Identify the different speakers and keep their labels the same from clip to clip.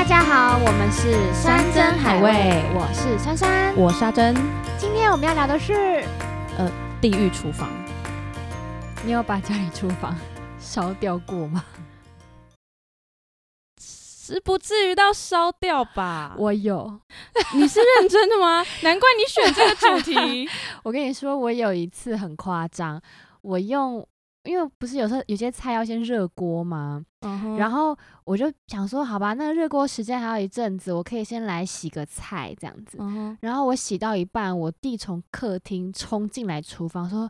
Speaker 1: 我们是我是珊珊。
Speaker 2: 我沙珍，
Speaker 1: 今天我们要聊的是，
Speaker 2: 地狱厨房。
Speaker 1: 你有把家里厨房 烧掉过吗？
Speaker 2: 是不至于到烧掉吧？
Speaker 1: 我有，
Speaker 2: 你是认真的吗？ 难怪你选这个主题。
Speaker 1: 我跟你说，我有一次很夸张，我用，因为不是有时候有些菜要先热锅吗？然
Speaker 2: 后
Speaker 1: 后我就想说，好吧，那热锅时间还有一阵子，我可以先来洗个菜这样子。
Speaker 2: 嗯
Speaker 1: 然后我洗到一半，我弟从客厅冲进来厨房说：“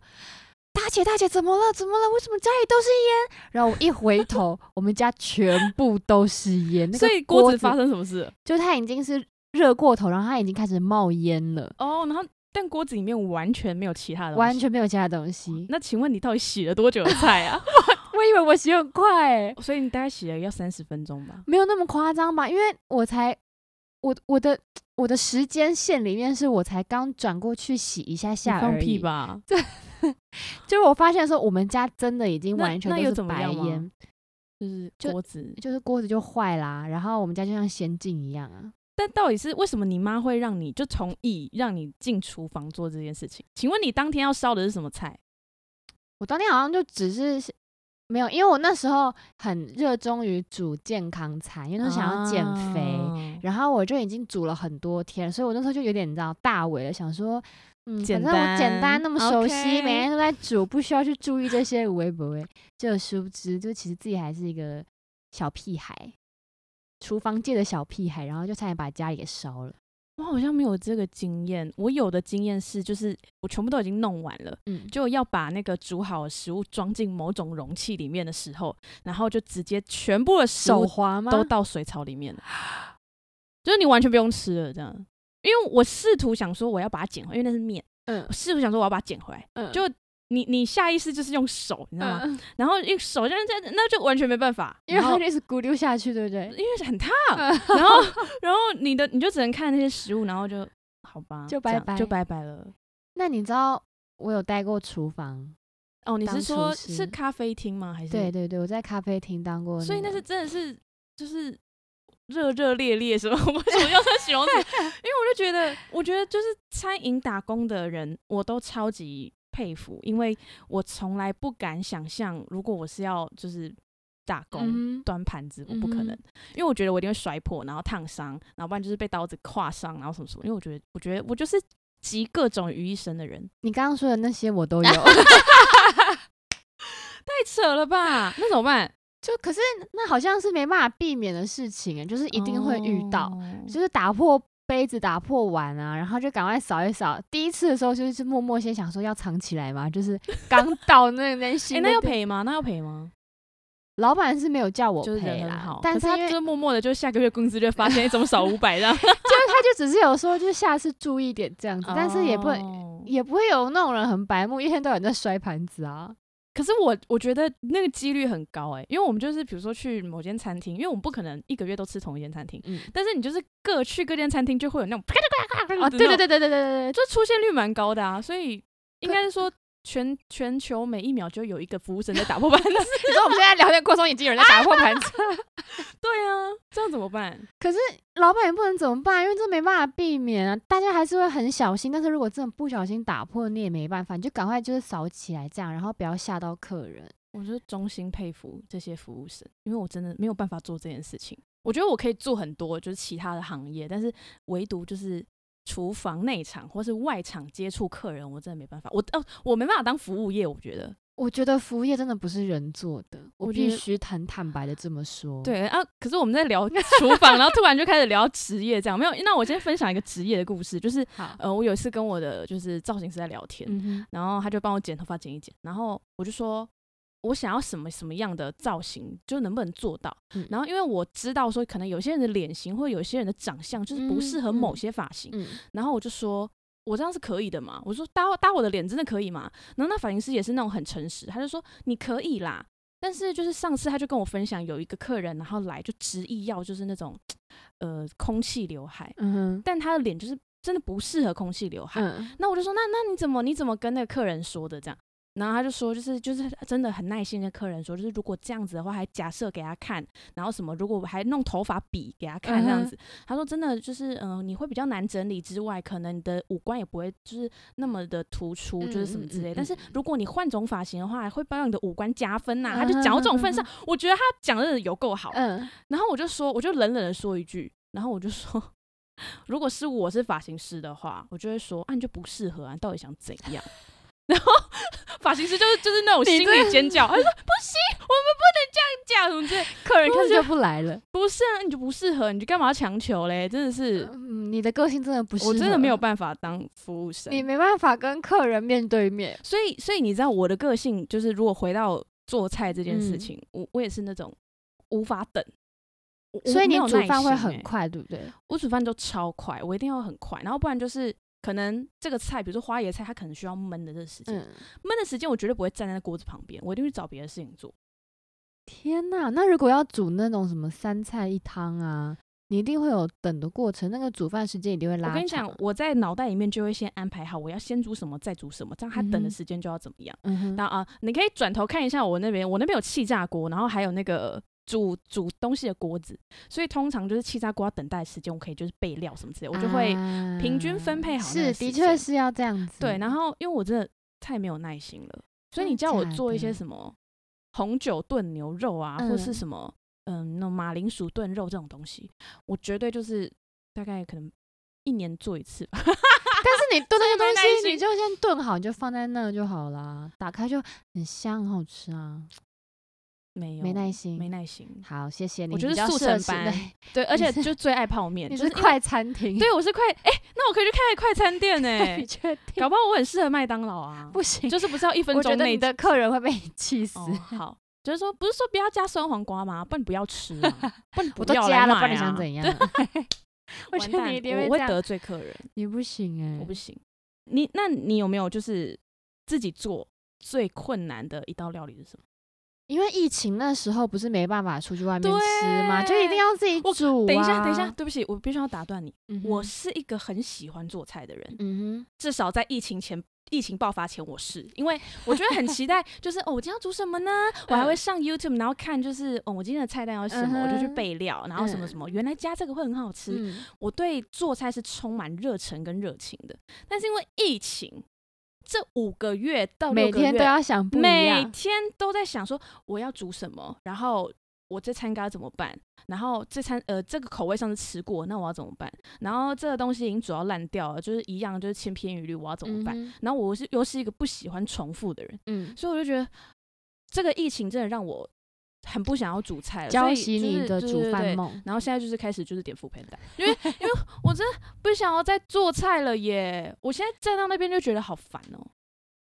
Speaker 1: 大姐，大姐，怎么了？怎么了？为什么家里都是烟？”然后我一回头，我们家全部都是烟，那
Speaker 2: 所
Speaker 1: 个
Speaker 2: 以
Speaker 1: 锅
Speaker 2: 锅子发生什么事？
Speaker 1: 就它已经是热过头，然后它已经开始冒烟了，
Speaker 2: 哦，然后但锅子里面完全没有其他的，
Speaker 1: 完。全没有其他东西。
Speaker 2: 那请问你到底洗了多久的菜啊？
Speaker 1: 我以为我洗很快、欸，
Speaker 2: 所以你大概洗了要三十分钟吧？
Speaker 1: 没有那么夸张吧？因为我才我我的我的时间线里面是我才刚转过去洗一下下
Speaker 2: 你放
Speaker 1: 而
Speaker 2: 屁
Speaker 1: 已。
Speaker 2: 吧！
Speaker 1: 就是我发现说，我们家真的已经
Speaker 2: 那
Speaker 1: 完全
Speaker 2: 那又
Speaker 1: 都是
Speaker 2: 怎么
Speaker 1: 白
Speaker 2: 样吗
Speaker 1: 烟。
Speaker 2: 就是
Speaker 1: 就
Speaker 2: 锅子，
Speaker 1: 就是锅子就坏啦，然后我们家就像仙境一样啊。
Speaker 2: 但到底是为什么你妈会让你就同意让你进厨房做这件事情？请问你当天要烧的是什么菜？
Speaker 1: 我当天好像就只是没有，因为我那时候很热衷于煮健康餐，因为那时候想要减肥，
Speaker 2: 啊
Speaker 1: 然后我就已经煮了很多天，所以我那时候就有点你知道大尾了，想说。嗯，
Speaker 2: 简
Speaker 1: 反正我简
Speaker 2: 单
Speaker 1: 单那么熟悉
Speaker 2: OK
Speaker 1: 每天都在煮，不需要去注意这些无微不微。就殊不知，就其实自己还是一个小屁孩，厨房界的小屁孩，然后就差点把家里给烧了。
Speaker 2: 我好像没有这个经验，我有的经验是，就是我全部都已经弄完了，
Speaker 1: 嗯，
Speaker 2: 就要把那个煮好的食物装进某种容器里面的时候，然后就直接全部的食
Speaker 1: 手
Speaker 2: 物
Speaker 1: 滑吗？
Speaker 2: 都到水槽里面了，就是你完全不用吃了这样。因为我试图想说我要把它捡回来，因为那是面，
Speaker 1: 嗯
Speaker 2: 我试图想说我要把它捡回来，
Speaker 1: 嗯
Speaker 2: 就你你下意识就是用手，你知道吗？
Speaker 1: 嗯
Speaker 2: 然后用手这样这样，那就完全没办法，
Speaker 1: 因为
Speaker 2: 然
Speaker 1: 它
Speaker 2: 后
Speaker 1: 就一直咕溜下去，对不对？
Speaker 2: 因为很烫，然后然后你的你就只能看那些食物，然后就好吧，
Speaker 1: 就
Speaker 2: 这样
Speaker 1: 拜拜
Speaker 2: 就拜拜了。
Speaker 1: 那你知道我有待过厨房？
Speaker 2: 哦，你
Speaker 1: 当
Speaker 2: 是说
Speaker 1: 厨师
Speaker 2: 是咖啡厅吗？还是
Speaker 1: 对对对，我在咖啡厅当过个。
Speaker 2: 所以那是真的是就是热热烈烈是吧？我为什么 用这个形 容词？因为我就觉得，我觉得就是餐饮打工的人，我都超级佩服，因为我从来不敢想象，如果我是要就是打工。
Speaker 1: 嗯哼
Speaker 2: 端盘子，我不可能，
Speaker 1: 嗯
Speaker 2: 因为我觉得我一定会摔破，然后烫伤，然后不然就是被刀子划伤，然后什么什么。因为我觉得，我觉得我就是集各种于一身的人，
Speaker 1: 你刚刚说的那些我都有，
Speaker 2: 太扯了吧？那怎么办？
Speaker 1: 就可是那好像是没办法避免的事情，欸就是一定会遇到，
Speaker 2: 哦
Speaker 1: 就是打破杯子、打破碗啊，然后就赶快扫一扫。第一次的时候就是默默先想说要藏起来嘛， 就是刚到那那
Speaker 2: 哎、
Speaker 1: 些，
Speaker 2: 那要。赔吗？那要赔吗？
Speaker 1: 老板是没有叫我
Speaker 2: 就是
Speaker 1: 赔
Speaker 2: 人很
Speaker 1: 啦
Speaker 2: 好，，
Speaker 1: 但
Speaker 2: 可
Speaker 1: 是
Speaker 2: 是
Speaker 1: 因
Speaker 2: 他
Speaker 1: 为
Speaker 2: 就是默默的，就下个月工资就会发现，哎，怎 么少五百这样？
Speaker 1: 就是他就只是有说就是下次注意一点这样子，嗯但是也不能
Speaker 2: 哦
Speaker 1: 也不会有那种人很白目，一天到晚在摔盘子啊。
Speaker 2: 可是我我觉得那个几率很高哎、因为我们就是比如说去某间餐厅，因为我们不可能一个月都吃同一间餐厅，
Speaker 1: 嗯，
Speaker 2: 但是你就是各去各间餐厅就会有那种啪 啪啪啪
Speaker 1: 哦，
Speaker 2: 啪的
Speaker 1: 对
Speaker 2: 那种
Speaker 1: 对，对对对对对对，
Speaker 2: 就出现率蛮高的啊，所以应该是说全全球每一秒就有一个服务生在打破盘 子，
Speaker 1: 你说我们现在聊天过程中已经有人在打破盘 子，
Speaker 2: 对啊，这样怎么办？
Speaker 1: 可是老板也不能怎么办，因为这没办法避免啊，大家还是会很小心。但是如果真的不小心打破，你也没办法，你就赶快就是扫起来这样，然后不要吓到客人。
Speaker 2: 我就衷心佩服这些服务生，因为我真的没有办法做这件事情。我觉得我可以做很多，就是其他的行业，但是唯独就是厨房内场或是外场接触客人，我真的没办法。我哦，我没办法当服务业，我觉得
Speaker 1: 我觉得服务业真的不是人做的，我
Speaker 2: 我觉得
Speaker 1: 必须很坦白的这么说。，
Speaker 2: 对啊。可是我们在聊厨房，然后突然就开始聊职业，这样没有？那我先分享一个职业的故事，就是
Speaker 1: 好，
Speaker 2: 呃，我有一次跟我的就是造型师在聊天，
Speaker 1: 嗯
Speaker 2: 然后他就帮我剪头发剪一剪，然后我就说我想要什么什么样的造型，就能不能做到。
Speaker 1: 哼，
Speaker 2: 然
Speaker 1: 后
Speaker 2: 后因为我知道说，可能有些人的脸型或者有些人的长相就是不适合
Speaker 1: 嗯
Speaker 2: 某
Speaker 1: 嗯
Speaker 2: 些发型，
Speaker 1: 嗯，
Speaker 2: 然后我就说。我这样是可以的嘛？我说搭搭我的脸真的可以吗？然后那发型师也是那种很诚实，他就说你可以啦。但是就是上次他就跟我分享有一个客人，然后来就执意要就是那种呃空气刘海，
Speaker 1: 嗯哼
Speaker 2: 但他的脸就是真的不适合空气刘海。
Speaker 1: 嗯，
Speaker 2: 那我就说那那你怎么你怎么跟那个客人说的这样？然后他就说，就是就是真的很耐心跟客人说，就是如果这样子的话，还假设给他看，然后什么，如果还弄头发笔给
Speaker 1: 嗯
Speaker 2: 他看这样子。他说真的就是，嗯、你会比较难整理之外，可能你的五官也不会就是那么的突出，就是什么之
Speaker 1: 嗯
Speaker 2: 类。
Speaker 1: 嗯嗯
Speaker 2: 但是
Speaker 1: 嗯嗯
Speaker 2: 如果你换种发型的话，会帮你的五官加分呐、
Speaker 1: 嗯
Speaker 2: 他就讲到这种份上
Speaker 1: 嗯，
Speaker 2: 我觉得他讲的有够好。
Speaker 1: 嗯，
Speaker 2: 然后我就说，我就冷冷的说一句，然后我就说， 如果是我是发型师的话，我就会说，啊，你就不适合啊，你到底想怎样？ 然后发型师就是就是那种
Speaker 1: 你
Speaker 2: 心
Speaker 1: 这
Speaker 2: 里尖叫，他就 说不行，我们不能这样讲，什么之类的。
Speaker 1: 客人
Speaker 2: 我
Speaker 1: 看
Speaker 2: 觉
Speaker 1: 就不来了。
Speaker 2: 不是啊，你就不适合，你就干嘛要强求嘞？真的是，
Speaker 1: 嗯，你的个性真的不适合，
Speaker 2: 我真的没有，办法当服务生。
Speaker 1: 你没办法跟客人面对面。
Speaker 2: 所以，所以你知道我的个性就是，如果回到做菜这件事
Speaker 1: 嗯
Speaker 2: 情，我我也是那种无法等。我我
Speaker 1: 所以你
Speaker 2: 没有
Speaker 1: 煮
Speaker 2: 耐
Speaker 1: 饭会
Speaker 2: 心
Speaker 1: 很
Speaker 2: 欸
Speaker 1: 快，对不对？
Speaker 2: 我煮饭都超快，我一定要很快，然后不然就是可能这个菜，比如说花椰菜，它可能需要焖的这个时间，焖、
Speaker 1: 嗯，
Speaker 2: 的时间我绝对不会站在那锅子旁边，我一定去找别的事情做。
Speaker 1: 天哪！那如果要煮那种什么三菜一汤啊，你一定会有等的过程，那个煮饭时间一定会拉
Speaker 2: 我
Speaker 1: 长。
Speaker 2: 跟你讲，我在脑袋里面就会先安排好，我要先煮什么，再煮什么，这样它等
Speaker 1: 嗯
Speaker 2: 的
Speaker 1: 哼
Speaker 2: 时间就要怎么样。
Speaker 1: 嗯哼，
Speaker 2: 那啊、你可以转头看一下我那边，我那边有气炸锅，然后还有那个煮煮东西的锅子，所以通常就是气炸锅要等待的时间，我可以就是备料什么之类，我就会、平均分配好
Speaker 1: 啊
Speaker 2: 那
Speaker 1: 是，的
Speaker 2: 个时
Speaker 1: 确
Speaker 2: 间
Speaker 1: 是要这样子。
Speaker 2: 对。然后因为我真的太没有耐心了，所以你
Speaker 1: 真
Speaker 2: 叫
Speaker 1: 的
Speaker 2: 我
Speaker 1: 假
Speaker 2: 做一些
Speaker 1: 的
Speaker 2: 什么红酒炖牛肉啊，或是
Speaker 1: 嗯
Speaker 2: 什么嗯那种马铃薯炖肉这种东西，我绝对就是大概可能一年做一次吧。
Speaker 1: 但是你炖那
Speaker 2: 没
Speaker 1: 个东
Speaker 2: 耐
Speaker 1: 西，
Speaker 2: 心
Speaker 1: 你就先炖好，你就放在那就好啦。打开就很香，很好吃啊。
Speaker 2: 没有，
Speaker 1: 没耐心
Speaker 2: 没耐心。
Speaker 1: 好，谢谢你。
Speaker 2: 我觉
Speaker 1: 比
Speaker 2: 得
Speaker 1: 较
Speaker 2: 速
Speaker 1: 适合
Speaker 2: 成
Speaker 1: 现
Speaker 2: 班
Speaker 1: 在，
Speaker 2: 对，而
Speaker 1: 你
Speaker 2: 且
Speaker 1: 是
Speaker 2: 就最爱泡面，
Speaker 1: 你
Speaker 2: 就是因为
Speaker 1: 快餐厅。
Speaker 2: 对，我是快哎、那我可以去开快 餐店哎、
Speaker 1: 你确定？
Speaker 2: 搞不好我很适合麦当劳啊，
Speaker 1: 不行，
Speaker 2: 就是不是要一分
Speaker 1: 我觉
Speaker 2: 钟
Speaker 1: 得
Speaker 2: 内
Speaker 1: 你的客人会被你气死。
Speaker 2: 哦好，就是说不是说不要加酸黄瓜吗？不然不要吃、 啊，不然
Speaker 1: 我
Speaker 2: 不
Speaker 1: 都
Speaker 2: 要来
Speaker 1: 加了，
Speaker 2: 买
Speaker 1: 不然你想
Speaker 2: 啊
Speaker 1: 怎样
Speaker 2: 对？
Speaker 1: 我
Speaker 2: 完
Speaker 1: 觉得
Speaker 2: 蛋
Speaker 1: 你一定
Speaker 2: 我
Speaker 1: 会这
Speaker 2: 我会
Speaker 1: 样。
Speaker 2: 得罪客人，
Speaker 1: 你不行哎，
Speaker 2: 我不行。你那你有没有就是自己做最困难的一道料理是什么？
Speaker 1: 因为疫情那时候不是没办法出去外面吃嘛，就一定
Speaker 2: 对
Speaker 1: 要自己
Speaker 2: 我
Speaker 1: 煮。
Speaker 2: 等一下，等一下，，对不起，我必须要打断你。
Speaker 1: 啊嗯
Speaker 2: 我
Speaker 1: 哼
Speaker 2: 是一个很喜欢做菜的人，
Speaker 1: 嗯
Speaker 2: 至少在疫情前。疫情爆发前，我是因为我觉得很期待，就是哦，我今天要煮什么呢？我还会上 YouTube，然后看就是哦，我今天的菜单要什么，我就去
Speaker 1: 嗯嗯哼
Speaker 2: 备料，然后什么什么，原来加这个会很好
Speaker 1: 哼，
Speaker 2: 吃。
Speaker 1: 嗯
Speaker 2: 我对做菜是充满热忱跟热情的，但是因为疫情这五个月到六
Speaker 1: 嗯每
Speaker 2: 个月，
Speaker 1: 天都要想不一
Speaker 2: 每
Speaker 1: 样。
Speaker 2: 天都在想说我要煮什么，然后我这餐该要怎么办，然后这餐呃这个口味上次吃过，那我要怎么办？然后这个东西已经煮到烂掉了，就是一样就是千篇一律，我要怎么办？
Speaker 1: 嗯哼
Speaker 2: 然后我是又是一个不喜欢重复的人，
Speaker 1: 嗯，
Speaker 2: 所以我就觉得这个疫情真的让我很不想要煮菜了，所
Speaker 1: 浇
Speaker 2: 以
Speaker 1: 熄
Speaker 2: 就是
Speaker 1: 你的
Speaker 2: 对
Speaker 1: 煮
Speaker 2: 对对
Speaker 1: 饭梦。
Speaker 2: 然后现在就是开始就是点副片带，因为因为我真的不想要再做菜了耶！我现在站到那边就觉得好烦哦、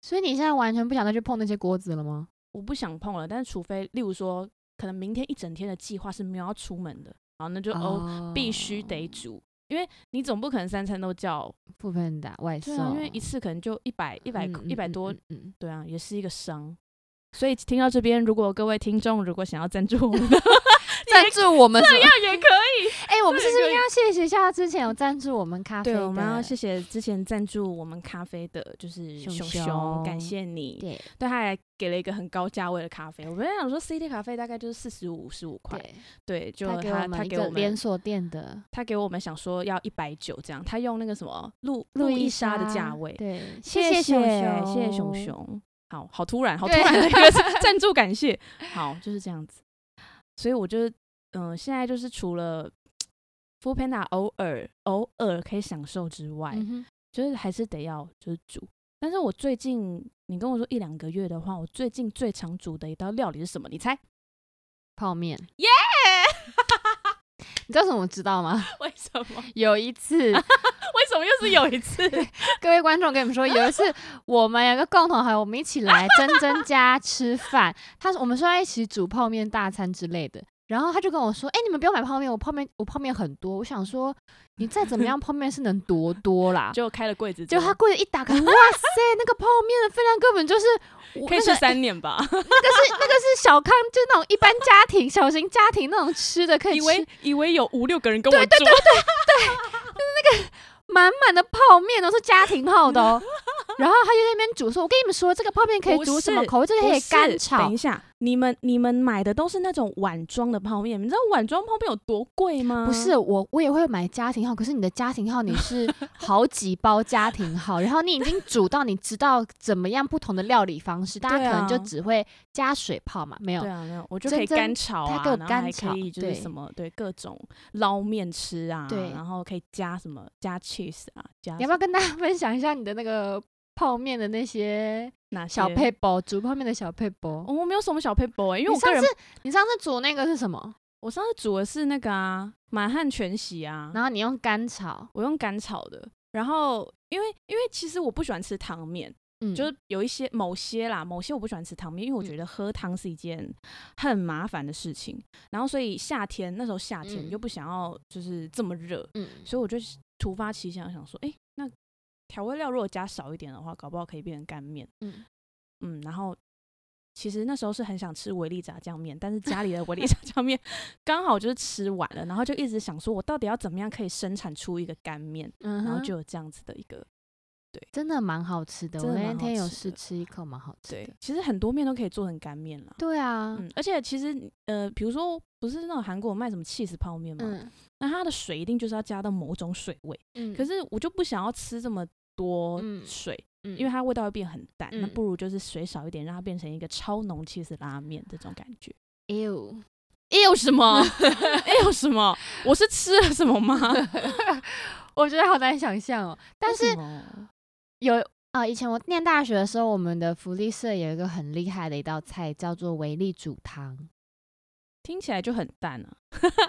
Speaker 1: 所以你现在完全不想再去碰那些锅子了吗？
Speaker 2: 我不想碰了。但是除非例如说，可能明天一整天的计划是没有要出门的，然后那就哦必须得煮，因为你总不可能三餐都叫，
Speaker 1: 不分打外送，
Speaker 2: 对啊，因为一次可能就一百一百一百多，
Speaker 1: 嗯，嗯嗯
Speaker 2: 对啊，也是一个伤。所以听到这边，如果各位听众如果想要赞助我们的
Speaker 1: 赞助我们这样
Speaker 2: 话，也可以。
Speaker 1: 哎，我们是不
Speaker 2: 这
Speaker 1: 是
Speaker 2: 个
Speaker 1: 应该要谢谢一下之前有赞助我们咖啡
Speaker 2: 对，
Speaker 1: 的？
Speaker 2: 我们要谢谢之前赞助我们咖啡的，就是
Speaker 1: 熊
Speaker 2: 熊
Speaker 1: 熊
Speaker 2: 熊，感谢你。
Speaker 1: 对
Speaker 2: 对，他还给了一个很高价位的咖啡。我本来想说 CD 咖啡大概就是四十五、十五块，
Speaker 1: 对，
Speaker 2: 对，就
Speaker 1: 他给我
Speaker 2: 他他
Speaker 1: 们一
Speaker 2: 给
Speaker 1: 个
Speaker 2: 我
Speaker 1: 连
Speaker 2: 们
Speaker 1: 锁店的
Speaker 2: 他给我们想说要一百九这样，他用那个什么路
Speaker 1: 路
Speaker 2: 路易
Speaker 1: 易
Speaker 2: 莎的价
Speaker 1: 莎
Speaker 2: 位，
Speaker 1: 对，
Speaker 2: 谢
Speaker 1: 谢熊
Speaker 2: 谢
Speaker 1: 熊，
Speaker 2: 谢熊。熊，好好突然，好突
Speaker 1: 对
Speaker 2: 然的一个 赞助感谢，好就是这样子。所以我就嗯、现在就是除了 f o o Panda 偶尔偶尔可以享受之外，
Speaker 1: 嗯哼
Speaker 2: 就是还是得要就是煮。但是我最近，你跟我说一两个月的话，我最近最常煮的一道料理是什么？你猜？
Speaker 1: 泡面，
Speaker 2: 耶、
Speaker 1: 你知道什么？知道吗？
Speaker 2: 为什么？
Speaker 1: 有一次，
Speaker 2: 为什么又是有一次？
Speaker 1: 各位观众跟你们说，有一次我们有个共同好友，我们一起来珍珍家吃饭，他我们说要一起煮泡面大餐之类的。然后他就跟我说：“哎、你们不要买泡面，我泡面我泡面很多。”我想说，你再怎么样，泡面是能多多啦。
Speaker 2: 就开了柜子之
Speaker 1: 结
Speaker 2: 后，
Speaker 1: 果他柜子一打开，哇塞，那个泡面的分量根本就是我
Speaker 2: 嗯可以
Speaker 1: 那
Speaker 2: 吃
Speaker 1: 个
Speaker 2: 三年吧？
Speaker 1: 那个是那个是小康，就那种一般家庭、小型家 庭那种吃的，可以
Speaker 2: 以
Speaker 1: 吃
Speaker 2: 为以为有五六个人跟我住，
Speaker 1: 对
Speaker 2: 对对
Speaker 1: 满满的泡面都是家庭泡的 哦。然后他就在那边煮说：“我跟你们说，这个泡面可以
Speaker 2: 不
Speaker 1: 煮什么
Speaker 2: 是
Speaker 1: 口味，这个
Speaker 2: 不
Speaker 1: 可以
Speaker 2: 是
Speaker 1: 干
Speaker 2: 等
Speaker 1: 炒
Speaker 2: 一。下，你们你们买的都是那种碗装的泡面，你知道碗装泡面有多贵”吗？
Speaker 1: 不是我，我也会买家庭号，可是你的家庭号你是好几包家庭 号，然后你已经煮到你知道怎么样不同的料理方式，大家
Speaker 2: 对
Speaker 1: 可能就
Speaker 2: 啊
Speaker 1: 只会加水泡嘛，没有
Speaker 2: 对。啊，没有，我就
Speaker 1: 真
Speaker 2: 可以
Speaker 1: 真
Speaker 2: 干炒
Speaker 1: 它
Speaker 2: 啊，
Speaker 1: 给我
Speaker 2: 然后
Speaker 1: 干
Speaker 2: 还
Speaker 1: 炒
Speaker 2: 可以就是
Speaker 1: 对
Speaker 2: 什么对各种捞面吃啊，
Speaker 1: 对
Speaker 2: 然后可以加什么加 cheese 啊，加
Speaker 1: 你要不要跟大家分享一下你的那个泡面的那些
Speaker 2: 哪
Speaker 1: 小
Speaker 2: 些、
Speaker 1: 配包，煮泡面的小配包？
Speaker 2: 哦我没有什么小 paper，、欸、因
Speaker 1: 你
Speaker 2: 为我个
Speaker 1: 上
Speaker 2: 人
Speaker 1: 次你上次煮那个是什么？
Speaker 2: 我上次煮的是那个啊满汉全席啊，
Speaker 1: 然后你用干炒，
Speaker 2: 我用干炒的，然后因为因为其实我不喜欢吃汤面，
Speaker 1: 嗯，
Speaker 2: 就是有一些某些啦，某些我不喜欢吃汤面，因为我
Speaker 1: 嗯
Speaker 2: 觉得喝汤是一件很麻烦的事情。然后所以夏天那时候夏天
Speaker 1: 嗯
Speaker 2: 又不想要就是这么热，
Speaker 1: 嗯，
Speaker 2: 所以我就突发奇想想说，哎、那调味料如果加少一点的话，搞不好可以变成干面。
Speaker 1: 嗯
Speaker 2: 嗯，然后其实那时候是很想吃维力炸酱面，但是家里的 维力炸酱面刚好就是吃完了，然后就一直想说我到底要怎么样可以生产出一个干面，
Speaker 1: 嗯哼，
Speaker 2: 然后就有这样子的一个
Speaker 1: 真的蛮好吃的。
Speaker 2: 真
Speaker 1: 我
Speaker 2: 的
Speaker 1: 那
Speaker 2: 蛮好
Speaker 1: 天有
Speaker 2: 吃
Speaker 1: 试
Speaker 2: 的
Speaker 1: 吃一口，蛮好吃
Speaker 2: 对
Speaker 1: 的。。
Speaker 2: 其实很多面都可以做成干面啦。
Speaker 1: 对啊，
Speaker 2: 嗯，而且其实你呃，比如说不是那种韩国卖什么 cheese 泡面嘛，
Speaker 1: 嗯
Speaker 2: 那它的水一定就是要加到某种水味，
Speaker 1: 嗯，
Speaker 2: 可是我就不想要吃这么多
Speaker 1: 嗯
Speaker 2: 水，
Speaker 1: 因
Speaker 2: 因为它味道会变很淡，那
Speaker 1: 嗯
Speaker 2: 不如就是水少一点，让它变成一个超浓 cheese 拉面这种感觉。
Speaker 1: 呦，
Speaker 2: 哎有什么？ 哎有什么？我是吃了什么 吗？
Speaker 1: 我觉得好难想象哦。但
Speaker 2: 为
Speaker 1: 是
Speaker 2: 什么
Speaker 1: 有啊、以前我念大学的时候，我们的福利社有一个很厉害的一道菜，叫做维力煮 汤，
Speaker 2: 听起来就很淡啊，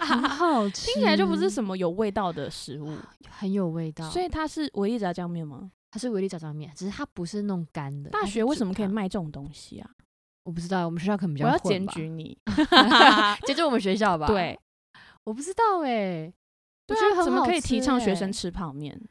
Speaker 1: 很好吃，
Speaker 2: 听起来就不是什么有味道的食物，
Speaker 1: 很有味道。
Speaker 2: 所以它是维力炸酱面吗？
Speaker 1: 它是维力炸酱面，只是它不是弄干的。
Speaker 2: 大
Speaker 1: 它是
Speaker 2: 学为
Speaker 1: 煮
Speaker 2: 什么可以
Speaker 1: 汤？
Speaker 2: 卖这种东西啊？
Speaker 1: 我不知道，我们学校可能比
Speaker 2: 我
Speaker 1: 较
Speaker 2: 要
Speaker 1: 混
Speaker 2: 检
Speaker 1: 吧，
Speaker 2: 举你。
Speaker 1: 检举我们学校吧。
Speaker 2: 对，
Speaker 1: 我不知道哎、我
Speaker 2: 对
Speaker 1: 觉得
Speaker 2: 啊，
Speaker 1: 很
Speaker 2: 怎么
Speaker 1: 好
Speaker 2: 可以
Speaker 1: 吃
Speaker 2: 提倡学
Speaker 1: 欸
Speaker 2: 生吃泡面？嗯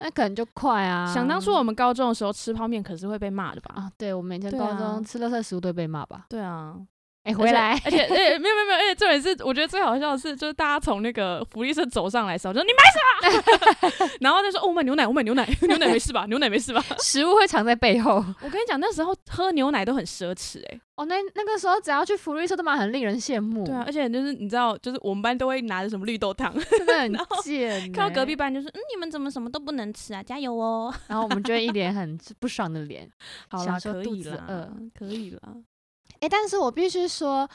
Speaker 1: 那可能就快啊。
Speaker 2: 想当初我们高中的时候吃泡面可是会被骂的吧？
Speaker 1: 啊，对我们以前
Speaker 2: 对
Speaker 1: 高中
Speaker 2: 啊
Speaker 1: 吃垃圾食物都会被骂吧？
Speaker 2: 对啊，
Speaker 1: 哎、回来，
Speaker 2: 而且而且哎、没有没有没有，而且重点是，我觉得最好笑的是，就是大家从那个福利社走上来的时候，就说你 买什么，然后就说、哦、我买牛奶，我买牛奶，牛奶没事吧？牛奶没事吧？
Speaker 1: 食物会藏在背后。
Speaker 2: 我跟你讲，那时候喝牛奶都很奢侈哎、
Speaker 1: 哦，那那个时候只要去福利社都蛮很令人羡慕，
Speaker 2: 对啊，，而且就是你知道，就是我们班都会拿着什么绿豆汤，
Speaker 1: 真的很
Speaker 2: 然后
Speaker 1: 贱、欸。
Speaker 2: 看到隔壁，班就是嗯，你们怎么什么都不能吃啊？加油哦！
Speaker 1: 然后我们就会一脸很 不爽的脸。
Speaker 2: 好
Speaker 1: 想
Speaker 2: 啦，
Speaker 1: 说
Speaker 2: 可
Speaker 1: 肚
Speaker 2: 以
Speaker 1: 子
Speaker 2: 啦
Speaker 1: 饿，
Speaker 2: 可以啦。
Speaker 1: 哎、但是我必须说，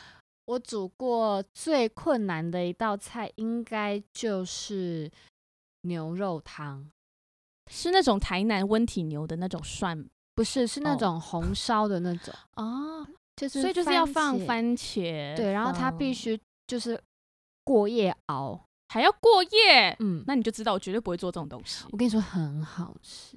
Speaker 1: 我煮过最困难的一道菜，应该就是牛肉汤，
Speaker 2: 是那种台南温体牛的那种涮
Speaker 1: 不是，是那
Speaker 2: 哦
Speaker 1: 种红烧的那种，
Speaker 2: 哦，
Speaker 1: 就是
Speaker 2: 所以 就是要
Speaker 1: 番
Speaker 2: 放
Speaker 1: 茄
Speaker 2: 番茄，
Speaker 1: 对，然后它必
Speaker 2: 放
Speaker 1: 须就是过夜熬，
Speaker 2: 还要过夜，
Speaker 1: 嗯，
Speaker 2: 那你就知道我绝对不会做这种东西。
Speaker 1: 我跟你说很好吃，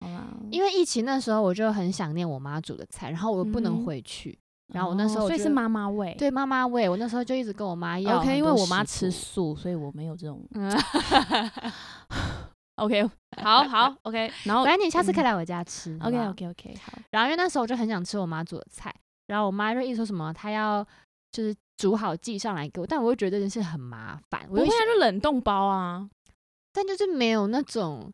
Speaker 2: 好啦，
Speaker 1: 因为疫情那时候我就很想念我妈煮的菜，然后我又不
Speaker 2: 嗯
Speaker 1: 能
Speaker 2: 哼
Speaker 1: 回去，然后我那时候我
Speaker 2: 所
Speaker 1: 哦
Speaker 2: 以
Speaker 1: 就是
Speaker 2: 妈妈味。
Speaker 1: 对妈妈味，我那时候就一直跟我妈要
Speaker 2: ，OK，
Speaker 1: 很
Speaker 2: 因为
Speaker 1: 多
Speaker 2: 我妈
Speaker 1: 食
Speaker 2: 吃
Speaker 1: 谱
Speaker 2: 素， 所以我没有这种。
Speaker 1: 嗯，
Speaker 2: OK，好 好 OK，然后
Speaker 1: 反正你下次可以
Speaker 2: 嗯
Speaker 1: 来我家吃。好
Speaker 2: OK
Speaker 1: 不好
Speaker 2: OK OK，好，
Speaker 1: 然后因为那时候我就很想吃我妈煮的菜，然后我妈就一直说什么她要就是煮好寄上来给我，但我又觉得这件事很麻烦，
Speaker 2: 不
Speaker 1: 我
Speaker 2: 会
Speaker 1: 就
Speaker 2: 啊，
Speaker 1: 想
Speaker 2: 就冷冻包啊。
Speaker 1: 但就是没有那种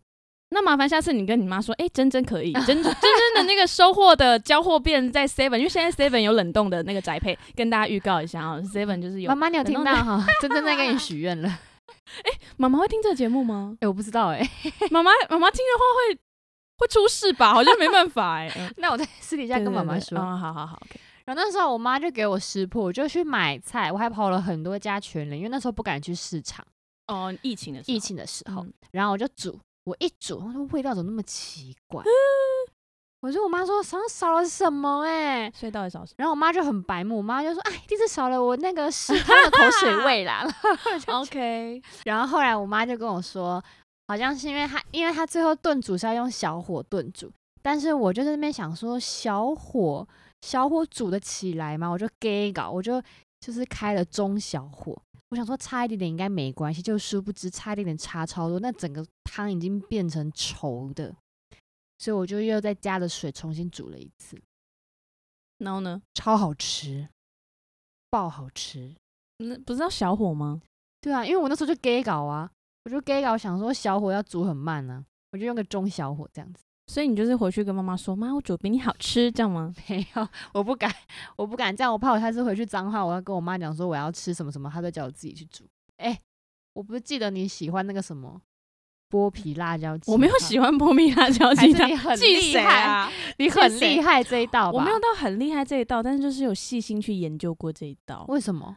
Speaker 2: 那麻烦下次你跟你妈说，哎、真真可以，真真真的那个收获的交货变在 Seven，因为现在 Seven 有冷冻的那个宅配，跟大家预告一下啊、s e v e n 就是有
Speaker 1: 妈。妈你有
Speaker 2: 冷
Speaker 1: 听
Speaker 2: 冻
Speaker 1: 到
Speaker 2: 的
Speaker 1: 哈？ 真正在 跟你许愿了，哎、
Speaker 2: 妈妈会听这个节目吗？
Speaker 1: 我不知道哎、
Speaker 2: 妈妈妈妈听的话会会出事吧？好像没办法哎、嗯
Speaker 1: 那我在私底下跟妈妈
Speaker 2: 对对对
Speaker 1: 说。
Speaker 2: 哦好好好，OK，
Speaker 1: 然后那时候我妈就给我食谱，我就去买菜，我还跑了很多家全联，因为那时候不敢去市场，
Speaker 2: 哦，疫情的时候
Speaker 1: 疫情的时候。
Speaker 2: 嗯
Speaker 1: 然后我就煮，我一煮，我说味道怎么那么奇 怪？我说我妈说少少了什么哎、
Speaker 2: 所以到底少
Speaker 1: 然后我妈就很白目，我妈就说：“哎，一定是少了我那个食汤的口水味啦。
Speaker 2: 哦？OK，”
Speaker 1: 然后后来我妈就跟我说，好像是因为她，因为她最后炖煮是要用小火炖煮，但是我就在那边想说，小火小火煮得起来吗？我就 gay 搞，我就就是开了中小火，我想说差一点点应该没关系，就殊不知差一点点差超多，那整个汤已经变成稠的，所以我就又再加了水重新煮了一次，
Speaker 2: 然后呢？
Speaker 1: 超好吃，爆好吃。
Speaker 2: 那不是要小火吗？
Speaker 1: 对啊，因为我那时候就 gay 搞啊，我就 gay 搞想说小火要煮很慢呢、我就用个中小火这样子。
Speaker 2: 所以你就是回去跟妈妈说，妈，我煮比你好吃，这样吗？
Speaker 1: 没有，我不敢，我不敢这样，我怕我下次回去脏话，我要跟我妈讲说我要吃什么什么，她都叫我自己去煮。哎、我不是记得你喜欢那个什么剥皮辣椒鸡吗，
Speaker 2: 我没有喜欢波米辣椒鸡
Speaker 1: 还是
Speaker 2: 汤
Speaker 1: 你，很
Speaker 2: 记
Speaker 1: 厉
Speaker 2: 谁
Speaker 1: 害
Speaker 2: 啊？
Speaker 1: 你
Speaker 2: 是
Speaker 1: 很
Speaker 2: 谁
Speaker 1: 厉害这一道吧？
Speaker 2: 我没有，到很厉害这一道，但是就是有细心去研究过这一道，
Speaker 1: 为什么？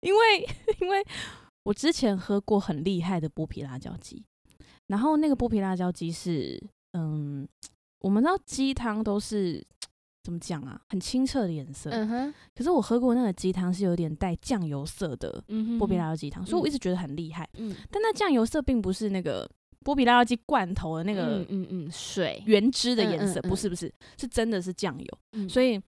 Speaker 2: 因为因为我之前喝过很厉害的剥皮辣椒鸡，然后那个剥皮辣椒鸡是，嗯，我们知道鸡汤都是怎么讲啊，很清澈的颜色，
Speaker 1: 嗯哼，
Speaker 2: 可是我喝过那个鸡汤是有点带酱油色的
Speaker 1: 嗯哼，
Speaker 2: 剥皮辣椒鸡汤，所以我一直觉得很厉害，
Speaker 1: 嗯，
Speaker 2: 但那酱油色并不是那个剥皮辣椒鸡罐头的那个
Speaker 1: 嗯嗯嗯水，
Speaker 2: 原汁的
Speaker 1: 嗯
Speaker 2: 颜
Speaker 1: 嗯
Speaker 2: 色，
Speaker 1: 嗯
Speaker 2: 不是不是，是真的是酱油，
Speaker 1: 嗯
Speaker 2: 所以。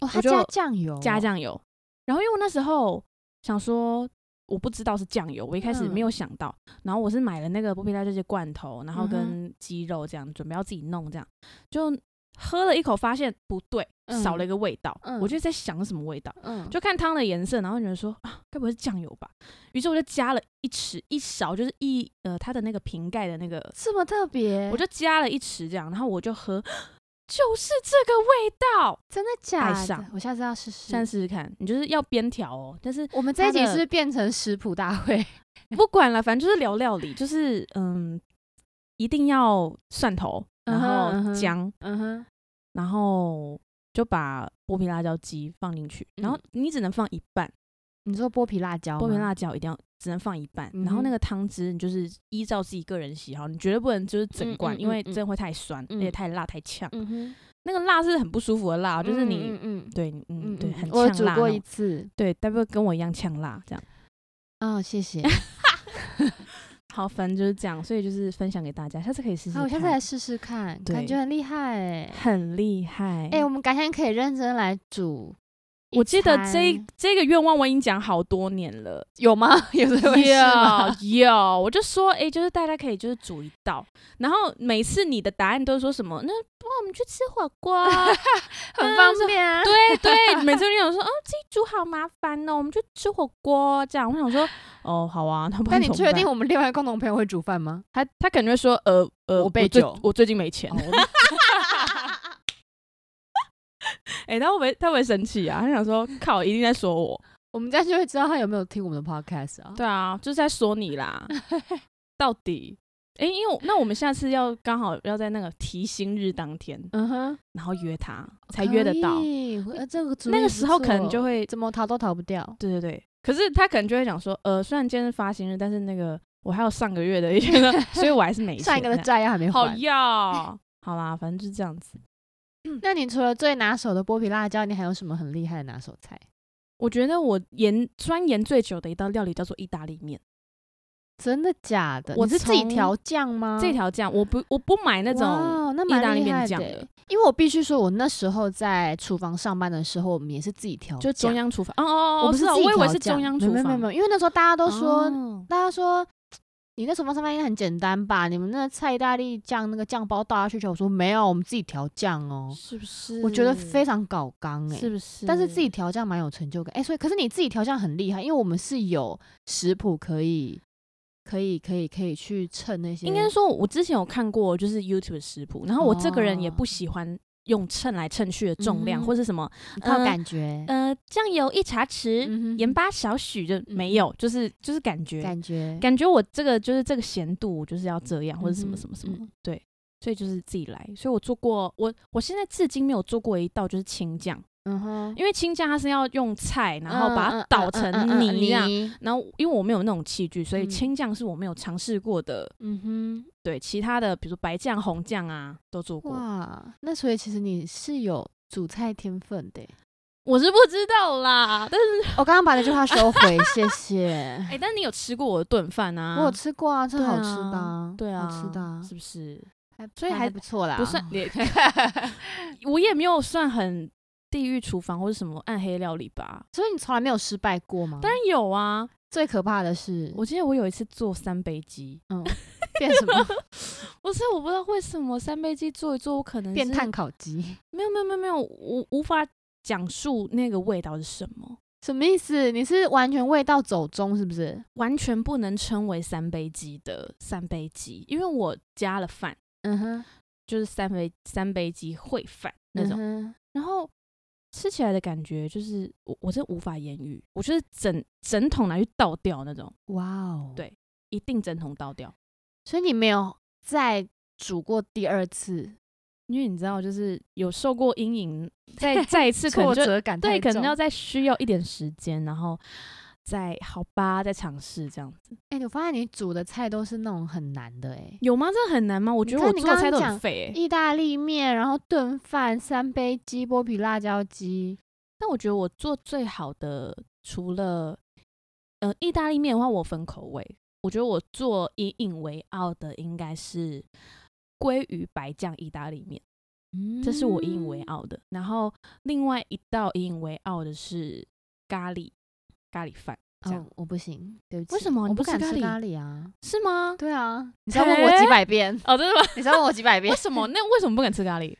Speaker 1: 哦，它
Speaker 2: 我就
Speaker 1: 加酱油，哦
Speaker 2: 加，酱油。然后因为我那时候想说，我不知道是酱油，我一开始
Speaker 1: 嗯
Speaker 2: 没有想到。然后我是买了那个剥皮辣椒鸡罐头，然后
Speaker 1: 嗯哼
Speaker 2: 跟鸡肉这样，准备要自己弄这样，就喝了一口，发现不对，
Speaker 1: 嗯
Speaker 2: 少了一个味道。
Speaker 1: 嗯
Speaker 2: 我就在想是什么味道，
Speaker 1: 嗯，
Speaker 2: 就看汤的颜色，然后觉得说啊，该不会是酱油吧？于是我就加了一匙一勺，就是一呃它的那个瓶盖的那个，
Speaker 1: 这么特别，
Speaker 2: 我就加了一匙这样，然后我就喝，就是这个味道。
Speaker 1: 真的假
Speaker 2: 爱上
Speaker 1: 的？我下次要试试。
Speaker 2: 现在试试看，你就是要边调哦，但是
Speaker 1: 我们这一集
Speaker 2: 它
Speaker 1: 是
Speaker 2: 的
Speaker 1: 不是变成食谱大会，
Speaker 2: 不管了，反正就是聊料理，就是嗯，一定要蒜头，然
Speaker 1: 嗯哼嗯
Speaker 2: 后
Speaker 1: 哼
Speaker 2: 姜，
Speaker 1: 嗯哼，
Speaker 2: 然后就把剥皮辣椒鸡放进去，
Speaker 1: 嗯
Speaker 2: 然后你只能放一半，
Speaker 1: 你说剥皮辣椒，
Speaker 2: 剥皮，辣椒一定要只能放一半，然后
Speaker 1: 嗯
Speaker 2: 那
Speaker 1: 嗯哼
Speaker 2: 个汤汁你就是依照自己个人喜好，你绝对不能就是整
Speaker 1: 嗯
Speaker 2: 罐，
Speaker 1: 嗯
Speaker 2: 因为
Speaker 1: 嗯嗯
Speaker 2: 真的会太酸，而且
Speaker 1: 嗯
Speaker 2: 太辣太呛，
Speaker 1: 嗯哼，
Speaker 2: 那个辣是很不舒服的辣，哦就是你。
Speaker 1: 嗯嗯
Speaker 2: 对，嗯，
Speaker 1: 嗯，
Speaker 2: 对，
Speaker 1: 嗯
Speaker 2: 很
Speaker 1: 我有
Speaker 2: 呛
Speaker 1: 煮
Speaker 2: 辣
Speaker 1: 过
Speaker 2: 那
Speaker 1: 一
Speaker 2: 种，
Speaker 1: 次，
Speaker 2: 对，大概跟我一样呛辣这样。
Speaker 1: 哦，谢 谢，
Speaker 2: 好，反正就是这样，所以就是分享给大家，下次可以试试
Speaker 1: 好，
Speaker 2: 看。
Speaker 1: 我下次来试试看，感觉
Speaker 2: 对
Speaker 1: 很厉害哎，
Speaker 2: 很厉害。
Speaker 1: 哎、我们改天可以认真来煮一餐。
Speaker 2: 我记得这一这个愿望我已经讲好多年了，
Speaker 1: 有 吗？有这回事吗？
Speaker 2: 有有，我就说，哎、就是大家可以就是煮一道，然后每次你的答案都是说什么？那不，我们去吃火 锅。啊
Speaker 1: 很方便啊。
Speaker 2: 对对，每次你有说，哦，自己煮好麻烦哦，我们去吃火锅这样。我想说，哦，好啊，那不
Speaker 1: 但
Speaker 2: 然
Speaker 1: 你
Speaker 2: 怎么
Speaker 1: 确定
Speaker 2: 办？
Speaker 1: 我们另外一个共同朋友会煮饭吗？哦
Speaker 2: 他他可能会说，呃呃，
Speaker 1: 我哦备
Speaker 2: 最
Speaker 1: 酒
Speaker 2: 我最近没钱。哎、他会不会他会不会生气啊？他想说，靠，一定在说我。
Speaker 1: 我们这样就会知道他有没有听我们的 podcast 啊。
Speaker 2: 对啊，就是在说你啦，到底。哎、因为我那我们下次要刚好要在那个提薪日当天，
Speaker 1: 嗯哼，
Speaker 2: 然后约他，才约得到
Speaker 1: 可。以。呃，这个主
Speaker 2: 那
Speaker 1: 意
Speaker 2: 个
Speaker 1: 不
Speaker 2: 时候可能
Speaker 1: 错
Speaker 2: 就会，
Speaker 1: 怎么逃都逃不掉。
Speaker 2: 对对对。可是他可能就会讲说，呃，虽然今天是发薪日，但是那个我还有上个月的一些呢，所以我还是没钱。
Speaker 1: 上一个的债要还没
Speaker 2: 好
Speaker 1: 还。
Speaker 2: 要，哦 好啦，反正就是这样子。
Speaker 1: 那你除了最拿手的剥皮辣椒，你还有什么很厉害的拿手菜？
Speaker 2: 我觉得我研钻研最久的一道料理叫做意大利面，
Speaker 1: 真的假的？
Speaker 2: 我
Speaker 1: 你是自己
Speaker 2: 从
Speaker 1: 调酱吗？
Speaker 2: 这条酱我不我不买那种，
Speaker 1: 嗯哇那
Speaker 2: 意
Speaker 1: 蛮
Speaker 2: 大利
Speaker 1: 厉
Speaker 2: 面
Speaker 1: 害
Speaker 2: 酱
Speaker 1: 的欸
Speaker 2: 的
Speaker 1: 因为我必须说，我那时候在厨房上班的时候，我们也是自己调，
Speaker 2: 就中。央厨房。哦哦哦，
Speaker 1: 我不
Speaker 2: 是
Speaker 1: 自
Speaker 2: 哦，
Speaker 1: 己
Speaker 2: 我以为
Speaker 1: 调
Speaker 2: 是
Speaker 1: 酱
Speaker 2: 中央厨
Speaker 1: 没有
Speaker 2: 房。
Speaker 1: 没有没有，因为那时候大家都说，
Speaker 2: 哦
Speaker 1: 大家说你那厨房上班应该很简单吧？你们那菜意大利酱那个酱包倒下去就，我说没有，我们自己调酱哦。
Speaker 2: 是不是？
Speaker 1: 我觉得非常搞纲哎、
Speaker 2: 嗯是不是？
Speaker 1: 但是自己调酱蛮有成就感哎、所以可是你自己调酱很厉害，因为我们是有食谱可以。可以可以可以去称那些，
Speaker 2: 应该说，我之前有看过就是 YouTube 食谱，然后我这个人也
Speaker 1: 哦
Speaker 2: 不喜欢用称来称去的重量、
Speaker 1: 嗯哼
Speaker 2: 或是什么
Speaker 1: 你靠
Speaker 2: 呃
Speaker 1: 感觉，
Speaker 2: 呃酱油一茶匙、
Speaker 1: 嗯哼嗯
Speaker 2: 盐巴少许就没有，就是就是感觉
Speaker 1: 感觉
Speaker 2: 感觉我这个就是这个咸度我就是要这样或者什么
Speaker 1: 嗯哼
Speaker 2: 什么什么、
Speaker 1: 嗯
Speaker 2: 对，所以就是自己来。所以我做过我我现在至今没有做过一道就是青酱，
Speaker 1: 嗯哼，
Speaker 2: 因为青酱它是要用菜然后把
Speaker 1: 嗯
Speaker 2: 它
Speaker 1: 嗯
Speaker 2: 捣
Speaker 1: 嗯
Speaker 2: 成
Speaker 1: 嗯嗯嗯
Speaker 2: 泥这啊样。
Speaker 1: 泥
Speaker 2: 然后，因为我没有那种器具，所以
Speaker 1: 嗯
Speaker 2: 青酱是我没有尝试过的
Speaker 1: 嗯
Speaker 2: 对，其他的比如说白酱、红酱啊，都做
Speaker 1: 哼，
Speaker 2: 过。
Speaker 1: 哇，那所以其实你是有煮菜天分的欸。
Speaker 2: 我是不知道啦，但是
Speaker 1: 我刚刚把那句话收回，谢谢
Speaker 2: 哎、。但你有吃过我的炖饭啊？
Speaker 1: 我有吃过啊，这
Speaker 2: 对
Speaker 1: 好
Speaker 2: 啊
Speaker 1: 吃的啊，
Speaker 2: 对啊，
Speaker 1: 好吃的啊，
Speaker 2: 是不是？
Speaker 1: 还
Speaker 2: 所以还
Speaker 1: 不错啦，
Speaker 2: 不 算，也我也没有算很地狱厨房或者什么暗黑料理吧。
Speaker 1: 所以你从来没有失败过吗？
Speaker 2: 当然有啊，
Speaker 1: 最可怕的嗯是，
Speaker 2: 我记得我有一次做三杯鸡，
Speaker 1: 嗯，变什么？
Speaker 2: 不是我不知道为什么三杯鸡做一做，我可能
Speaker 1: 变
Speaker 2: 是
Speaker 1: 碳烤鸡，
Speaker 2: 没有没有没有没有，我无法讲述那个味道是什么。
Speaker 1: 什么意思？你是完全味道走中是不是？
Speaker 2: 完全不能称为三杯鸡的三杯鸡，因为我加了饭，
Speaker 1: 嗯哼，
Speaker 2: 就是三杯三杯鸡烩饭那种，
Speaker 1: 嗯哼
Speaker 2: 然后吃起来的感觉就是我我真的无法言喻，我就是整整桶拿去倒掉那种，
Speaker 1: 哇哦，
Speaker 2: 对一定整桶倒掉，
Speaker 1: 所以你没有再煮过第二次，
Speaker 2: 因为你知道就是有受过阴影， 再再一次可能
Speaker 1: 挫
Speaker 2: 就
Speaker 1: 折感
Speaker 2: 对，
Speaker 1: 太
Speaker 2: 可能
Speaker 1: 重
Speaker 2: 要再需要一点时间，然后再好吧，再尝试这样子。
Speaker 1: 哎、我发现你煮的菜都是那种很难的 哎、
Speaker 2: 有吗？这很难吗？我
Speaker 1: 你
Speaker 2: 觉得
Speaker 1: 看
Speaker 2: 我
Speaker 1: 你
Speaker 2: 做的
Speaker 1: 刚
Speaker 2: 菜
Speaker 1: 刚
Speaker 2: 都很
Speaker 1: 讲
Speaker 2: 废、欸，
Speaker 1: 意大利面，然后炖饭、三杯鸡、剥皮辣椒鸡，
Speaker 2: 但我觉得我做最好的，除了呃意大利面的话，我分口味。我觉得我做引以为傲的应该是鲑鱼白酱意大利面，
Speaker 1: 嗯
Speaker 2: 这是我引以为。啊傲的。然后另外一道引以为傲的是咖喱咖喱饭，这样
Speaker 1: 哦，我不行，对不起。
Speaker 2: 为什么
Speaker 1: 我
Speaker 2: 你
Speaker 1: 不
Speaker 2: 不吃
Speaker 1: 敢吃
Speaker 2: 咖
Speaker 1: 咖喱啊？
Speaker 2: 是吗？
Speaker 1: 对啊，你知道问我几
Speaker 2: 嘿
Speaker 1: 百遍，
Speaker 2: 哦，真的吗？
Speaker 1: 你知道问我几百遍
Speaker 2: 为，什 么？那为什么不敢吃咖喱？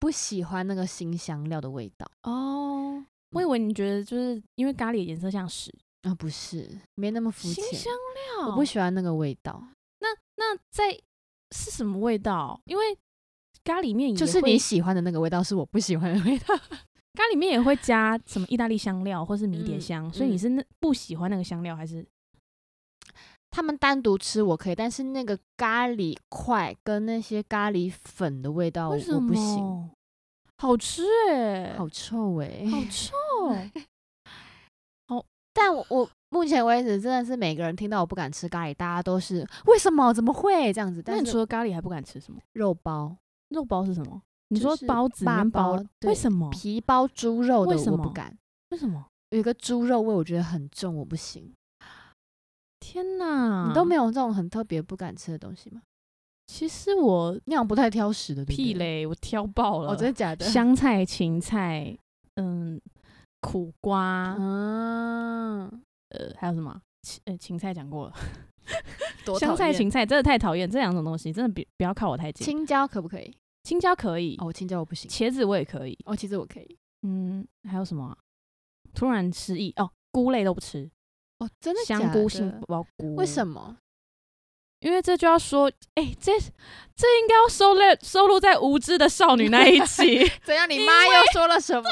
Speaker 1: 不喜欢那个新香料的味道
Speaker 2: 哦，我以为你觉得就是因为咖喱的颜色像屎，
Speaker 1: 啊、不是，没那么肤
Speaker 2: 新
Speaker 1: 浅
Speaker 2: 香，料，
Speaker 1: 我不喜欢那个味道，
Speaker 2: 那那在是什么味道？因为咖喱面也
Speaker 1: 就是
Speaker 2: 会
Speaker 1: 你喜欢的那个味道是我不喜欢的味道。
Speaker 2: 咖喱面也会加什么意大利香料或是迷迭
Speaker 1: 嗯
Speaker 2: 香，所以你
Speaker 1: 嗯
Speaker 2: 是那不喜欢那个香料还是？
Speaker 1: 他们单独吃我可以，但是那个咖喱块跟那些咖喱粉的味哦道我
Speaker 2: 为什
Speaker 1: 我
Speaker 2: 么
Speaker 1: 不行，？
Speaker 2: 好吃哎、
Speaker 1: 好哎臭哎、
Speaker 2: 好臭哦
Speaker 1: 但我我目前为止真的是每个人听到我不敢吃咖喱，大家都是为什么？怎么会这样子？
Speaker 2: 那
Speaker 1: 但
Speaker 2: 你
Speaker 1: 是
Speaker 2: 除了咖喱还不敢吃什么？
Speaker 1: 肉包、
Speaker 2: 肉包是什么？你
Speaker 1: 就
Speaker 2: 说
Speaker 1: 是
Speaker 2: 包子里
Speaker 1: 霸
Speaker 2: 面
Speaker 1: 包，
Speaker 2: 包为
Speaker 1: 对
Speaker 2: 什么？
Speaker 1: 皮包、猪肉的
Speaker 2: 为什
Speaker 1: 我不
Speaker 2: 么
Speaker 1: 敢，
Speaker 2: 为什么？
Speaker 1: 有一个猪肉味我觉得很重，我不行。
Speaker 2: 天哪！
Speaker 1: 你都没有这种很特别不敢吃的东西吗？
Speaker 2: 其实我
Speaker 1: 你好像不太挑食的，对不
Speaker 2: 屁
Speaker 1: 对！
Speaker 2: 嘞，我挑爆了。
Speaker 1: 哦，真的假的？
Speaker 2: 香菜、芹菜，嗯，苦
Speaker 1: 啊
Speaker 2: 瓜，
Speaker 1: 嗯，
Speaker 2: 呃，还有什么啊？芹呃，芹菜讲过了，
Speaker 1: 多
Speaker 2: 香
Speaker 1: 讨
Speaker 2: 菜、
Speaker 1: 厌
Speaker 2: 芹菜真的太讨厌，这两种东西真的别不要靠我太近。
Speaker 1: 青椒可不可以？
Speaker 2: 青椒可以，
Speaker 1: 哦，青椒我不行。
Speaker 2: 茄子我也可以，
Speaker 1: 哦，其实我可以。
Speaker 2: 嗯，还有什么啊、突然失忆哦，菇类都不吃，
Speaker 1: 哦，真的假
Speaker 2: 香菇、杏
Speaker 1: 的？
Speaker 2: 鲍菇，
Speaker 1: 为什
Speaker 2: 么？
Speaker 1: 么？
Speaker 2: 因为这就要说，哎、这这应该要收类收录在无知的少女那一期。
Speaker 1: 怎样？你
Speaker 2: 因
Speaker 1: 妈又说了什 么？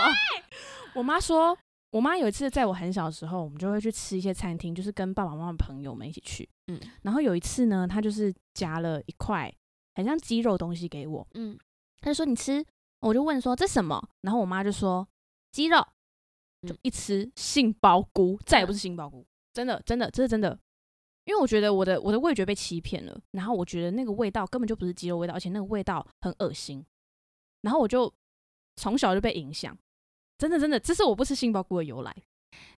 Speaker 2: 我妈说，我妈有一次在我很小的时候，我们就会去吃一些餐厅，就是跟爸爸妈妈的朋友们一起去。
Speaker 1: 嗯
Speaker 2: 然后有一次呢，她就是夹了一块很像鸡肉的东西给我，
Speaker 1: 嗯，
Speaker 2: 她就说你吃，我就问说这什么，然后我妈就说鸡肉，就
Speaker 1: 嗯
Speaker 2: 一吃杏鲍菇，再也不是杏鲍菇，真的真的这是真的。因为我觉得我的我的味觉被欺骗了，然后我觉得那个味道根本就不是鸡肉味道，而且那个味道很恶心，然后我就从小就被影响，真的真的，这是我不吃杏鲍菇的由来。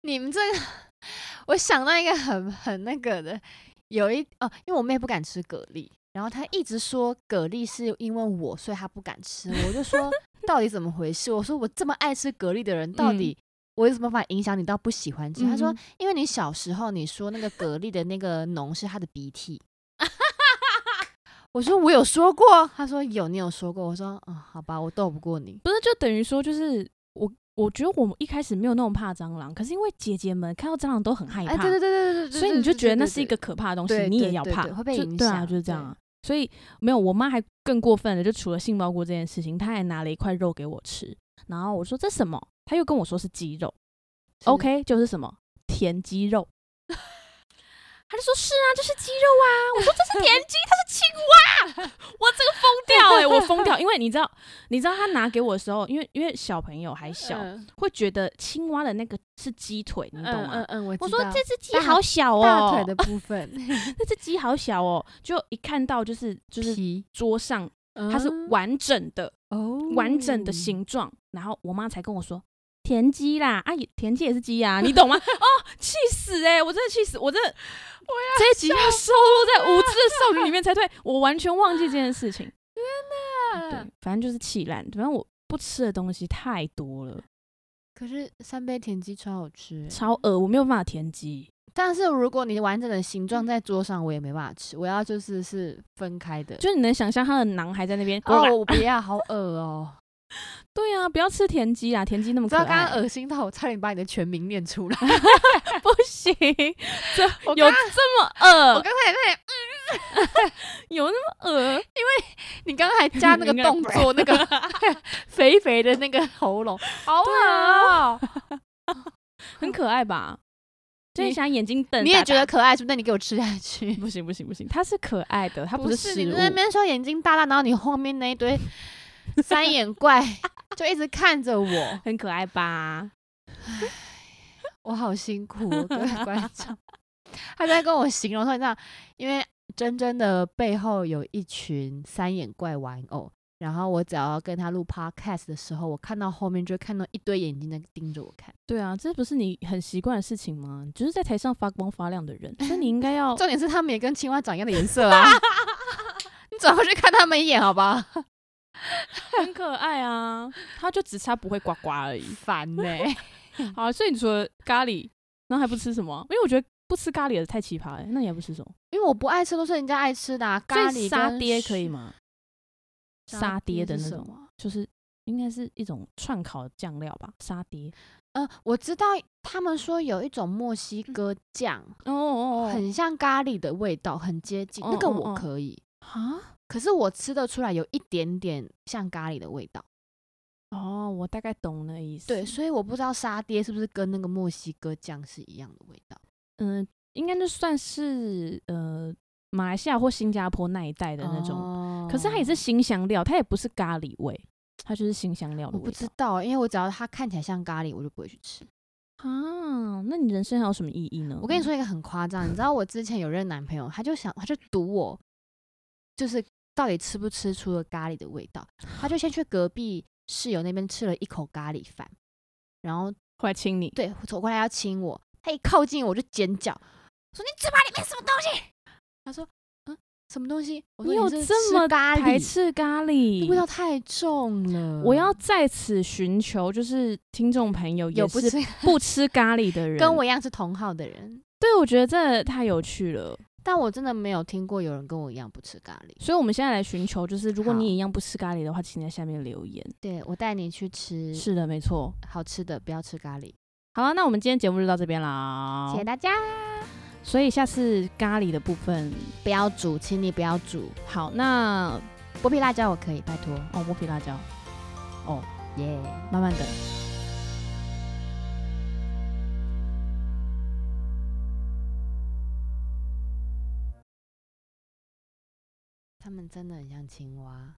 Speaker 1: 你们这个， 我想到一个很很那个的，有一哦，因为我妹不敢吃蛤蜊，然后她一直说蛤蜊是因为我，所以她不敢吃。我就说到底怎么回事？我说我这么爱吃蛤蜊的人，到
Speaker 2: 嗯
Speaker 1: 底我有什么办法影响你到不喜欢吃？她说
Speaker 2: 嗯，
Speaker 1: 因为你小时候你说那个蛤蜊的那个脓是她的鼻 涕。我说我有说过，她说有，你有说过。我说嗯，好吧，我斗不过你。
Speaker 2: 不是就等于说，就是我我觉得我们一开始没有那么怕蟑螂，可是因为姐姐们看到蟑螂都很害怕，
Speaker 1: 哎，对对对对对对，
Speaker 2: 所以你就
Speaker 1: 对
Speaker 2: 觉得
Speaker 1: 对
Speaker 2: 那
Speaker 1: 对嗯
Speaker 2: 是一
Speaker 1: 对
Speaker 2: 个可怕的东西，
Speaker 1: 对
Speaker 2: 你也
Speaker 1: 对
Speaker 2: 要
Speaker 1: 对
Speaker 2: 怕，
Speaker 1: 对会被
Speaker 2: 就
Speaker 1: 影
Speaker 2: 对啊，
Speaker 1: 响
Speaker 2: 就是这
Speaker 1: 对
Speaker 2: 样啊。所以没有，我妈还更过分了，就除了杏鲍菇这件事情，她还拿了一块肉给我吃，然后我说这什么，她又跟我说是鸡肉
Speaker 1: 是
Speaker 2: ，OK，就是什么田鸡肉。 她就说是啊，就是鸡肉啊。我说这是田鸡，它是青蛙。我这个疯掉哎、我疯 掉，因为你知道，你知道她拿给我的时候，因为因为小朋友还小，
Speaker 1: 嗯
Speaker 2: 会觉觉得青蛙的那个是鸡腿，你懂
Speaker 1: 嗯
Speaker 2: 吗？
Speaker 1: 嗯嗯，我
Speaker 2: 我
Speaker 1: 知
Speaker 2: 说
Speaker 1: 道
Speaker 2: 这只鸡
Speaker 1: 大
Speaker 2: 好小哦，
Speaker 1: 大腿的部分
Speaker 2: 那只鸡好小哦，就一看到就是就是
Speaker 1: 皮，
Speaker 2: 桌上它是
Speaker 1: 嗯
Speaker 2: 完整的、
Speaker 1: 哦
Speaker 2: 完整的形状，然后我妈才跟我说田鸡啦，啊也田鸡也是鸡呀、你懂吗？ 哦，气死哎、我真的气死，我真的
Speaker 1: 我要
Speaker 2: 这一集要
Speaker 1: 笑
Speaker 2: 收录在无知的少女里面才对，我完全忘记这件 事情。嗯对
Speaker 1: 了。，
Speaker 2: 反正就是气烂，反正我不吃的东西太多了，
Speaker 1: 可是三杯田鸡超好吃欸，
Speaker 2: 超饿，我没有办法田鸡。
Speaker 1: 但是如果你完整的形
Speaker 2: 嗯
Speaker 1: 状在桌上，我也没办法吃，我要就是是分开的。
Speaker 2: 就你能想象它的囊还在那边，
Speaker 1: 哦，我不要，好恶哦。
Speaker 2: 对啊，不要吃田鸡啊，田鸡那么
Speaker 1: 你知
Speaker 2: 可
Speaker 1: 道
Speaker 2: 爱。
Speaker 1: 刚刚恶心到我差点把你的全名念出来，
Speaker 2: 不行，这
Speaker 1: 我
Speaker 2: 有
Speaker 1: 刚
Speaker 2: 这么
Speaker 1: 我
Speaker 2: 恶，
Speaker 1: 刚才也在
Speaker 2: 有那么恶，
Speaker 1: 你刚刚 还加那个
Speaker 2: 应该
Speaker 1: 动作，那 个 肥肥的那个喉咙，好
Speaker 2: 啊
Speaker 1: 恶哦、
Speaker 2: 很可爱吧？就
Speaker 1: 你
Speaker 2: 是想眼睛瞪大大，
Speaker 1: 你也觉得可爱是不是？那你给我吃下去。
Speaker 2: 不行不行不行，它是可爱的，它
Speaker 1: 不
Speaker 2: 是
Speaker 1: 是
Speaker 2: 食
Speaker 1: 你
Speaker 2: 物。
Speaker 1: 在那边说眼睛大大，然后你后面那一 堆三眼怪就一直看着我，
Speaker 2: 很可爱吧？
Speaker 1: 我好辛苦、哦，各位观众。 他在跟我形容说，你知道，因为真真的背后有一群三眼怪玩偶，然后我只要跟他录 podcast 的时候，我看到后面就会看到一堆眼睛在盯着我看。
Speaker 2: 对啊，这不是你很习惯的事情吗？你就是在台上发光发亮的人，所以你应该 要
Speaker 1: 重点是他们也跟青蛙长一样的颜色 啊！你转过去看他们一眼，好吧？
Speaker 2: 很可爱啊。 它就只差不会呱呱而已。
Speaker 1: 烦呢、
Speaker 2: 好啊，所以你除了咖喱，然后还不吃什么？因为我觉得不吃咖喱的太奇葩了、那你还不吃什么？
Speaker 1: 因为我不爱吃，都是人家爱吃的、啊。咖
Speaker 2: 所
Speaker 1: 喱
Speaker 2: 以沙
Speaker 1: 跟
Speaker 2: 爹可以吗？沙爹的
Speaker 1: 是
Speaker 2: 那
Speaker 1: 什
Speaker 2: 种，
Speaker 1: 么啊
Speaker 2: 就是应该是一种串烤酱料吧，沙爹。
Speaker 1: 嗯，我知道他们说有一种墨西哥酱，
Speaker 2: 哦哦
Speaker 1: 很像咖喱的味道，很接近。那
Speaker 2: 哦
Speaker 1: 个
Speaker 2: 哦
Speaker 1: 我
Speaker 2: 哦
Speaker 1: 可以，
Speaker 2: 啊，
Speaker 1: 可是我吃得出来有一点点像咖喱的味道。
Speaker 2: 哦，我大概懂那意思。
Speaker 1: 对，所以我不知道沙爹是不是跟那个墨西哥酱是一样的味道。
Speaker 2: 嗯、应该就算是呃马来西亚或新加坡那一带的那种，
Speaker 1: 种
Speaker 2: 可是它也是新香料，它也不是咖喱味，它就是新香料的
Speaker 1: 哦我不
Speaker 2: 味
Speaker 1: 知
Speaker 2: 道。
Speaker 1: 道，因为我只要它看起来像咖喱，我就不会去吃。
Speaker 2: 啊，那你人生还有什么意义呢？
Speaker 1: 我跟你，说一个很夸张，你知道我之前有任男朋友，他就想，他就堵我，就是到底吃不吃出了咖喱的味道，他就先去隔壁室友那边吃了一口咖喱饭，然后
Speaker 2: 后来亲你，
Speaker 1: 对走过来要亲我，他一靠近我我就尖叫，说你嘴巴里面什么东西？他说嗯什么东西？我说
Speaker 2: 你有
Speaker 1: 是
Speaker 2: 这
Speaker 1: 吃
Speaker 2: 么
Speaker 1: 咖
Speaker 2: 排
Speaker 1: 喱？
Speaker 2: 斥咖喱
Speaker 1: 味道太重了，
Speaker 2: 我要在此寻求，就是听众朋友
Speaker 1: 有
Speaker 2: 也
Speaker 1: 不
Speaker 2: 是
Speaker 1: 吃
Speaker 2: 不吃咖喱的人，
Speaker 1: 跟我一样是同号的人，
Speaker 2: 对我觉得这太有趣了，
Speaker 1: 但我真的没有听过有人跟我一样不吃咖喱。
Speaker 2: 所以我们现在来寻求，就是如果
Speaker 1: 好
Speaker 2: 你也一样不吃咖喱的话，请在下面留言。
Speaker 1: 对我带你去吃
Speaker 2: 是的，没错。
Speaker 1: 好吃的，不要吃咖喱。
Speaker 2: 好了，那我们今天节目就到这边啦
Speaker 1: 谢谢。大家，
Speaker 2: 所以下次咖喱的部分，
Speaker 1: 不要煮，请你不要煮。
Speaker 2: 好，那
Speaker 1: 剥皮辣椒我可以，拜托。
Speaker 2: 哦，剥皮辣椒，
Speaker 1: 耶、
Speaker 2: 慢慢等。
Speaker 1: 他们真的很像青蛙。